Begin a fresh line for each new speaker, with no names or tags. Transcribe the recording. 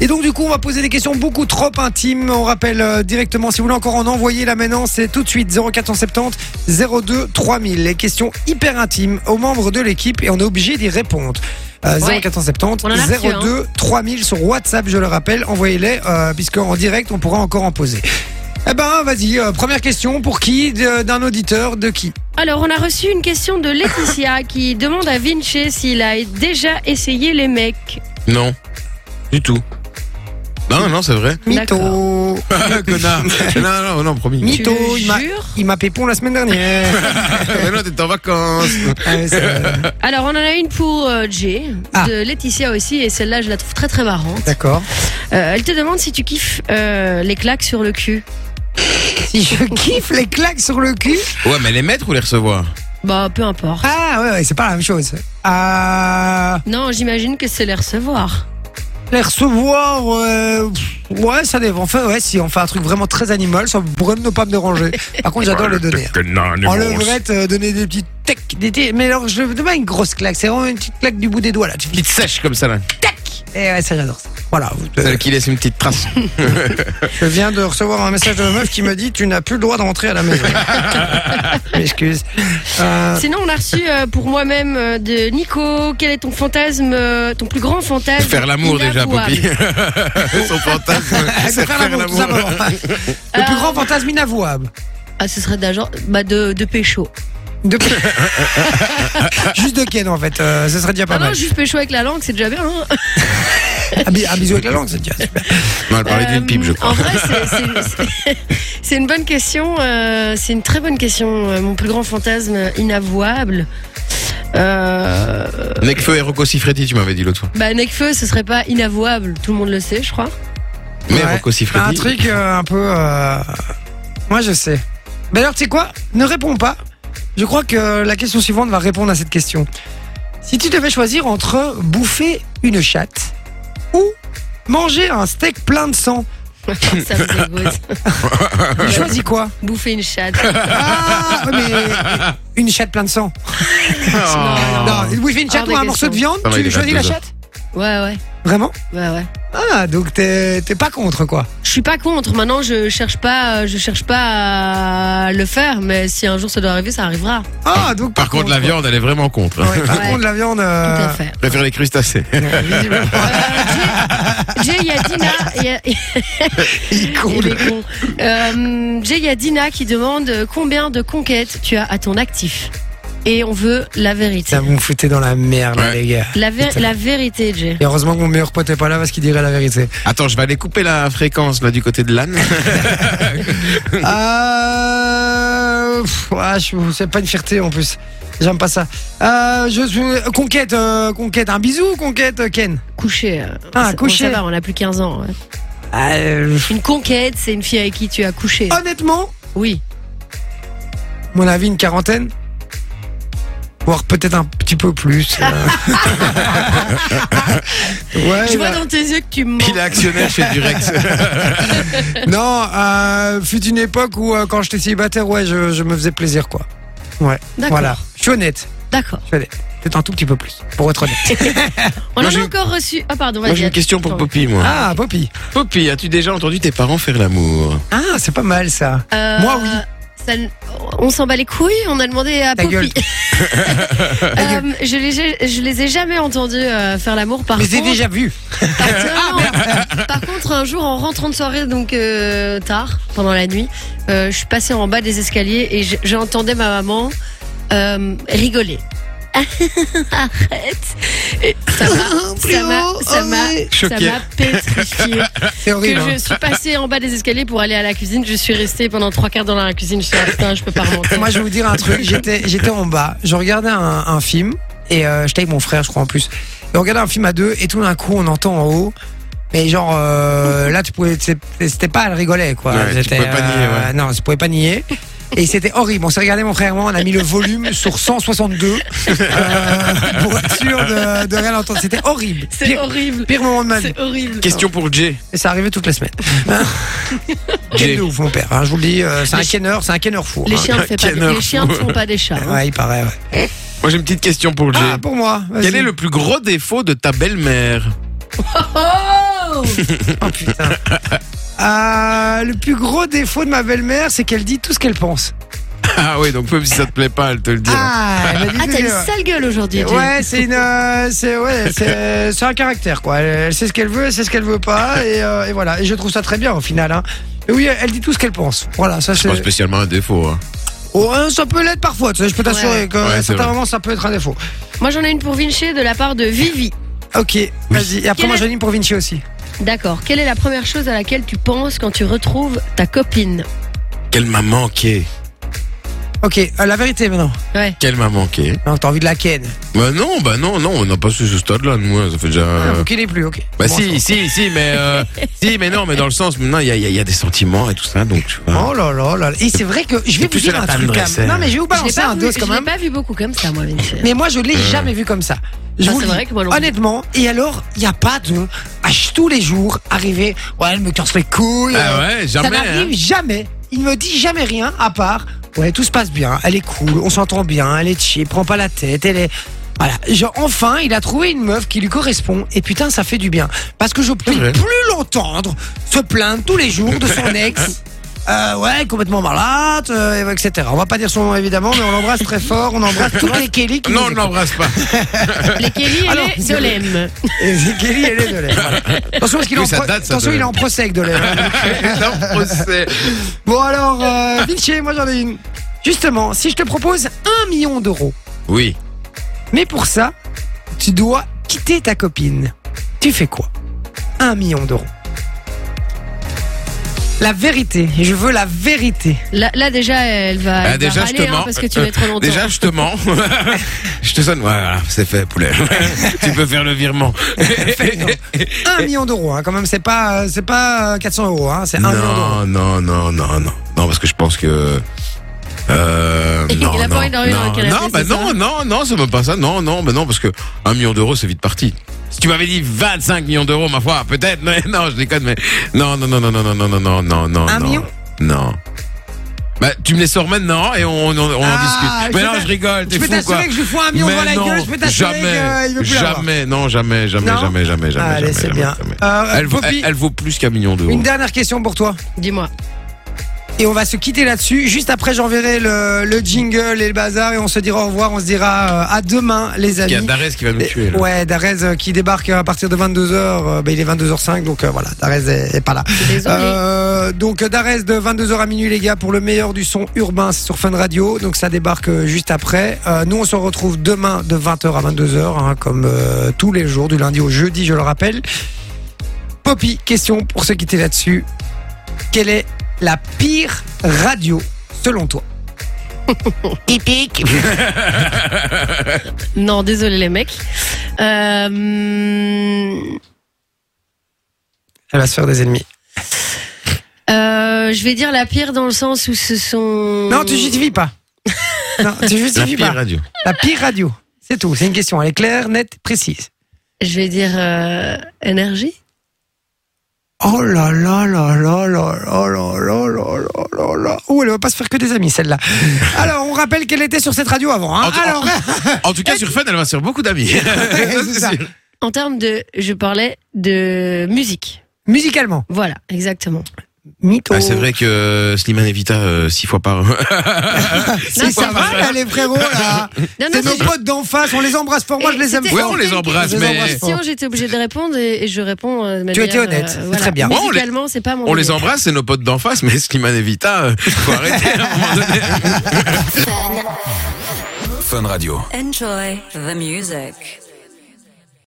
Et donc du coup, on va poser des questions beaucoup trop intimes. On rappelle euh, directement, si vous voulez encore en envoyer là maintenant, c'est tout de suite 0470 02 3000. Les questions hyper intimes aux membres de l'équipe et on est obligé d'y répondre. Euh,
Ouais.
0470
On en a hein. reçu,
02 3000 sur WhatsApp, je le rappelle. Envoyez-les, euh, puisque en direct, on pourra encore en poser. Eh ben, vas-y, euh, première question, pour qui De- D'un auditeur, de qui
Alors, on a reçu une question de Laetitia qui demande à Vinci s'il a déjà essayé les mecs.
Non. Du tout. Non, non, c'est vrai.
Mytho
Connard. non, non, non, promis.
Mytho,
tu le
il m'a-
jures
Il m'a pépon la semaine dernière.
Mais non, t'es en vacances.
Ah ouais, c'est vrai.
Alors, on en a une pour euh, Jay,
Ah.
de Laetitia aussi, et celle-là, je la trouve très très marrante.
D'accord.
Euh, elle te demande si tu kiffes euh, les claques sur le cul.
Si je kiffe les claques sur le cul.
Ouais, mais les mettre ou les recevoir
Bah, peu importe.
Ah ouais, ouais, c'est pas la même chose. Euh,
Non, j'imagine que c'est les recevoir.
les recevoir, euh, pff, ouais, ça dépend. Enfin, ouais, si on fait un truc vraiment très animal, ça pourrait ne pas me déranger. Par contre, j'adore le donner. hein. En levrette, euh, donner des petites tecs, des petits- mais alors je veux pas une grosse claque, c'est vraiment une petite claque du bout des doigts là. Tu fais
Petite sèche comme ça là.
Et ouais, ça j'adore ça. Voilà,
Celle qui laisse une petite trace.
je viens de recevoir un message de la meuf qui me dit tu n'as plus le droit de rentrer à la maison. Excuse. Euh,
Sinon, on a reçu euh, pour moi-même euh, de Nico. Quel est ton fantasme, euh, ton plus grand fantasme
Faire l'amour déjà,
inavouable
Poppy. Son fantasme.
elle peut
c'est
faire l'amour, tout simplement. Le plus
Alors-
grand fantasme inavouable.
Ah, ce serait d'agent, bah, de, de pécho.
De- Juste de Ken en fait, euh, ce serait déjà pas
Ah non,
mal.
juste pécho avec la langue, c'est déjà bien. hein.
Un, bi- un bisou avec la langue, c'est déjà super.
Non, elle parlait
Euh,
d'une pipe, je crois.
En vrai, c'est- c'est- c'est- c'est une bonne question. euh, c'est une très bonne question. euh, Mon plus grand fantasme inavouable. Euh,
Necfeu et Rocco Siffredi, tu m'avais dit l'autre fois.
bah, Necfeu, ce serait pas inavouable. Tout le monde le sait, je crois.
Mais
Ouais.
Rocco Siffredi.
Un truc euh, un peu. euh, Moi je sais. Mais alors tu sais quoi Ne réponds pas. Je crois que la question suivante va répondre à cette question. Si tu devais choisir entre bouffer une chatte ou manger un steak plein de sang,
Ça me dégoûte.
tu choisis quoi
Bouffer une chatte.
Ah ouais, mais une chatte plein de sang.
Ah.
Non, bouffer une chatte
Hors de
ou un
question.
morceau de viande,
Ça va, il
tu
est
choisis la
22.
chatte
Ouais, ouais.
Vraiment
Ouais, ouais.
Ah donc t'es t'es pas contre quoi
Je suis pas contre. Maintenant, je cherche pas, euh, je cherche pas à le faire. Mais si un jour ça doit arriver, ça arrivera.
Ah, donc
Par contre, la viande, elle est vraiment contre. hein.
Ouais, par
Ouais.
contre, la viande.
Tout
euh,
à fait.
Je préfère les crustacés.
visiblement,
Euh, Jay, il y a Dina. il y a-
il compte.
Il est con. Euh, Jay, il y a Dina qui demande euh, combien de conquêtes tu as à ton actif. Et on veut la vérité.
Ça vous me foutez dans la merde, là,
Ouais.
les gars.
La, ver-
Putain.
la vérité, Jay.
Et heureusement que mon meilleur pote est pas là parce qu'il dirait la vérité.
Attends, je vais aller couper la fréquence là du côté de l'âne.
Euh, pff, ah, je- c'est pas une fierté en plus. J'aime pas ça. Euh, je suis conquête, euh, conquête. Un bisou, ou conquête, euh, Ken.
Coucher. euh,
Ah,
ça- bon,
coucher.
ça va, on a plus 15 ans. ouais. Ah,
Euh,
Une conquête, c'est une fille avec qui tu as
Oh.
couché.
honnêtement,
Oui.
mon avis, une quarantaine, voire peut-être un petit peu plus. euh. ouais.
Je vois
là.
dans tes yeux que tu mens.
Il est actionnaire chez Durex.
Non, euh, fut une époque où euh, quand j'étais célibataire, ouais, je, je me faisais plaisir, quoi. Ouais.
D'accord.
Voilà. Je suis honnête.
D'accord.
Je suis honnête. Peut-être un tout petit peu plus, pour être honnête.
On
Moi,
en
j'ai
a
une-
encore reçu. Ah, pardon,
Moi, j'ai
vas-y.
une question pour
attends.
Poppy, moi.
Ah, Poppy.
Poppy, as-tu déjà entendu tes parents faire l'amour
Ah, c'est pas mal ça.
Euh,
Moi, oui.
ça n- on s'en bat les couilles, on a demandé à
Ta
Poppy.
gueule.
Euh, je, les, je les ai jamais entendus euh, faire l'amour par
Mais j'ai
contre.
déjà Ah, vu.
Par, Non, par contre, un jour, en rentrant de soirée, donc euh, tard, pendant la nuit, euh, je suis passée en bas des escaliers et j- j'entendais ma maman euh, rigoler. Arrête Et Ça m'a- ça m'a
oh,
ça m'a- ça
Choqué.
m'a pétrifiée.
C'est horrible.
Que
hein.
je suis passée en bas des escaliers pour aller à la cuisine, je suis restée pendant trois quarts d'heure dans la cuisine. Je suis là, putain, je peux pas remonter.
Moi, je vais vous dire un truc. J'étais, j'étais en bas. Je regardais un, un film et euh, j'étais avec mon frère, je crois en plus. Et on regardait un film à deux et tout d'un coup, on entend en haut. Mais genre euh, là, tu pouvais, c'est- c'était pas, elle rigolait quoi.
Ouais, tu
C'était, euh,
pouvais pas nier, ouais.
Non, tu pouvais pas nier. Et c'était horrible. On s'est regardé mon frère et moi, on a mis le volume sur 162 euh, pour être sûr de, de rien entendre. C'était horrible.
C'est
Pire,
horrible.
pire moment de ma vie.
C'est horrible.
Question pour Jay.
Et ça arrivait toutes les semaines. Hein? Quel
Jay.
de ouf, mon père. hein, je vous le dis, euh, c'est un
Les-
kenneur, c'est un kenneur fou.
Les
hein.
chiens ne font pas,
Canard.
des- les chiens ne font pas des chats. hein.
Ouais, il paraît. ouais.
Moi, j'ai une petite question pour Jay.
Ah, pour moi. vas-y.
Quel est le plus gros défaut de ta belle-mère
Oh
Oh putain. Euh, le plus gros défaut de ma belle-mère, c'est qu'elle dit tout ce qu'elle pense.
Ah oui, donc même si ça te plaît pas, elle te le dit.
Ah, elle a dit
Ah,
tout
t'as
ce
une
qu'elle-
sale gueule aujourd'hui. Jay.
Ouais, c'est une, euh, c'est ouais, c'est c'est un caractère quoi. Elle, elle sait ce qu'elle veut, elle sait ce qu'elle veut pas, et, euh, et voilà. Et je trouve ça très bien au final. Hein. Mais oui, elle dit tout ce qu'elle pense. Voilà, ça c'est.
Pas spécialement un défaut. hein.
Oh, hein, ça peut l'être parfois. tu sais, Je peux t'assurer
Ouais.
qu'à
Ouais,
un
c'est
certain
vrai.
moment, ça peut être un défaut.
Moi, j'en ai une pour Vinci de la part de Vivi.
Ok, vas-y. Et après,
Quel
moi,
est-
j'anime pour Vinci aussi.
D'accord. Quelle est la première chose à laquelle tu penses quand tu retrouves ta copine
Qu'elle m'a manqué.
Ok, euh, la vérité maintenant.
Ouais.
Qu'elle m'a manqué.
Non, t'as envie de la ken.
Bah non, bah non, non, on n'a pas su ce stade-là, nous. hein, Ça fait déjà. euh,
Ok, il est plus. Ok.
Bah
Ah, Bon,
si, si, si, mais euh, si, mais non, mais dans le sens, maintenant il y a, il y a- il y a des sentiments et tout ça, donc tu vois.
Oh là là là. là. Et c'est vrai que je vais
Ah. Et
vous
plus
dire
la
un
table
truc. quand
dressée.
même. Non, mais je vais vous
Je l'ai
balancer
pas
Bah, un
vu-
dos quand
je l'ai
même.
pas vu beaucoup comme ça, moi, Vinci.
Mais moi, je l'ai
Euh.
jamais vu comme ça. Je
Ah,
vous
c'est
le
vrai
dis.
que moi non plus.
honnêtement. Et alors, il n'y a pas de H tous les jours arriver. Ouais, elle me casse les couilles.
Ah
euh,
ouais,
ça
jamais. hein.
n'arrive jamais. Il me dit jamais rien à part. Ouais, tout se passe bien. Elle est cool. On s'entend bien. Elle est chill. Prend pas la tête. Elle est. Voilà. Genre, enfin, il a trouvé une meuf qui lui correspond. Et putain, ça fait du bien. Parce que je peux
vrai.
plus l'entendre se plaindre tous les jours de son ex. Euh, ouais, complètement malade, euh, etc. On va pas dire son nom évidemment, mais on l'embrasse très fort. On embrasse toutes les Kelly qui
Non,
nous
on ne l'embrasse pas.
Les Kelly, elle
Alors,
est
c'est-
de l'aime.
Et c'est Kelly, elle est de l'air. Voilà. Attention, parce qu'il
Oui,
est en
ça
pro-
date, ça,
attention,
de
il est en procès avec de l'air.
Non, on sait.
bon, alors, euh, Vinci, moi j'en ai une. Justement, si je te propose un million d'euros,
Oui.
mais pour ça, tu dois quitter ta copine, tu fais quoi Un million d'euros. La vérité, je veux la vérité.
Là, là, déjà, elle va,
Ah,
elle
déjà,
va
je
râler,
te
hein,
mens.
parce que tu l'as trop longtemps.
Déjà, je te mens. je te sonne. Voilà, c'est fait, poulet. tu peux faire le virement.
Un million d'euros, hein, quand même, c'est pas, euh, c'est pas euh, 400 euros, hein, c'est un million d'euros.
Non, non, non, non, non. Non, parce que je pense que. Euh,
Il
non,
a pas
non,
envie de dormir dans
non,
le canapé,
non, bah
c'est
non,
ça
non, non, c'est même pas ça. Non, non, bah non, parce que un million d'euros, c'est vite parti. Si tu m'avais dit 25 millions d'euros, ma foi, peut-être. mais non, je déconne, mais non, non, non, non, non, non, non, non, non, non, non.
Un
non.
million
Non. Bah, tu me les sors maintenant et on, on, on
Ah,
en discute.
je
Mais non,
peux-
je rigole,
Je
t'es
peux
fou quoi.
t'assurer que je lui fous un million dans
Mais
la gueule, je peux
non,
t'assurer qu'il euh,
jamais,
veut plus l'avoir.
jamais, non, jamais, jamais,
Non Ah,
jamais, jamais, jamais.
Allez,
jamais,
c'est
jamais,
bien.
jamais.
Euh,
Elle, vaut-
Poppy,
elle- elle vaut plus qu'un million d'euros.
une dernière question pour toi.
Dis-moi.
Et on va se quitter là-dessus. Juste après, j'enverrai le, le jingle et le bazar et on se dira au revoir. On se dira euh, à demain, les
Il y a
amis.
Darès qui va nous
Et-
tuer. là.
ouais, Darez euh, qui débarque à partir de 22h. euh, ben, il est 22h05, donc euh, voilà, Darez est, est pas là.
Désolée.
Euh, donc Darès de 22h à minuit, les gars, pour le meilleur du son urbain, c'est sur Fun Radio. Donc ça débarque euh, juste après. Euh, nous, on se retrouve demain de 20h à 22h, hein, comme euh, tous les jours, du lundi au jeudi, je le rappelle. Poppy, question pour se quitter là-dessus. Quelle est la pire radio selon toi Typique.
Non, désolé les mecs. Euh, hum,
Elle va se faire des ennemis.
euh, je vais dire la pire dans le sens où ce sont.
Non, tu justifies pas. non, tu
La
justifies
pire
pas.
radio.
La pire radio. C'est tout. C'est une question. Elle est claire, nette, précise.
Je vais dire euh, énergie.
Oh là là là là là là là là là là là là. Oh, elle va pas se faire que des amis, celle-là. Alors, on rappelle qu'elle était sur cette radio avant. hein.
En tout-
Alors,
En tout cas, sur Fun, elle va se faire beaucoup d'amis. Ça,
c'est
c'est
ça.
sûr.
En termes de, je parlais de musique.
musicalement.
Voilà, exactement.
Mytho.
Ah, c'est vrai que Slimane Evita, euh, six fois par
C'est
ça
ça va,
va.
là, les frérots, là.
Non, non,
C'est
c'est
nos
juste-
potes d'en face. On les embrasse fort. Moi,
Et
je les aime
c'était-
Ouais,
fort.
on les embrasse,
Je les
mais
embrasse fort.
Question, j'étais obligée de répondre et, et je réponds. euh, de manière,
étais honnête,
euh,
c'est
voilà.
très bien.
Bon, on les-
Musicalement, c'est pas mon.
on les
délire.
embrasse, c'est nos potes d'en face, mais Slimane Evita, euh, faut arrêter à un moment donné.
Fun.
Fun Radio.
Enjoy the music.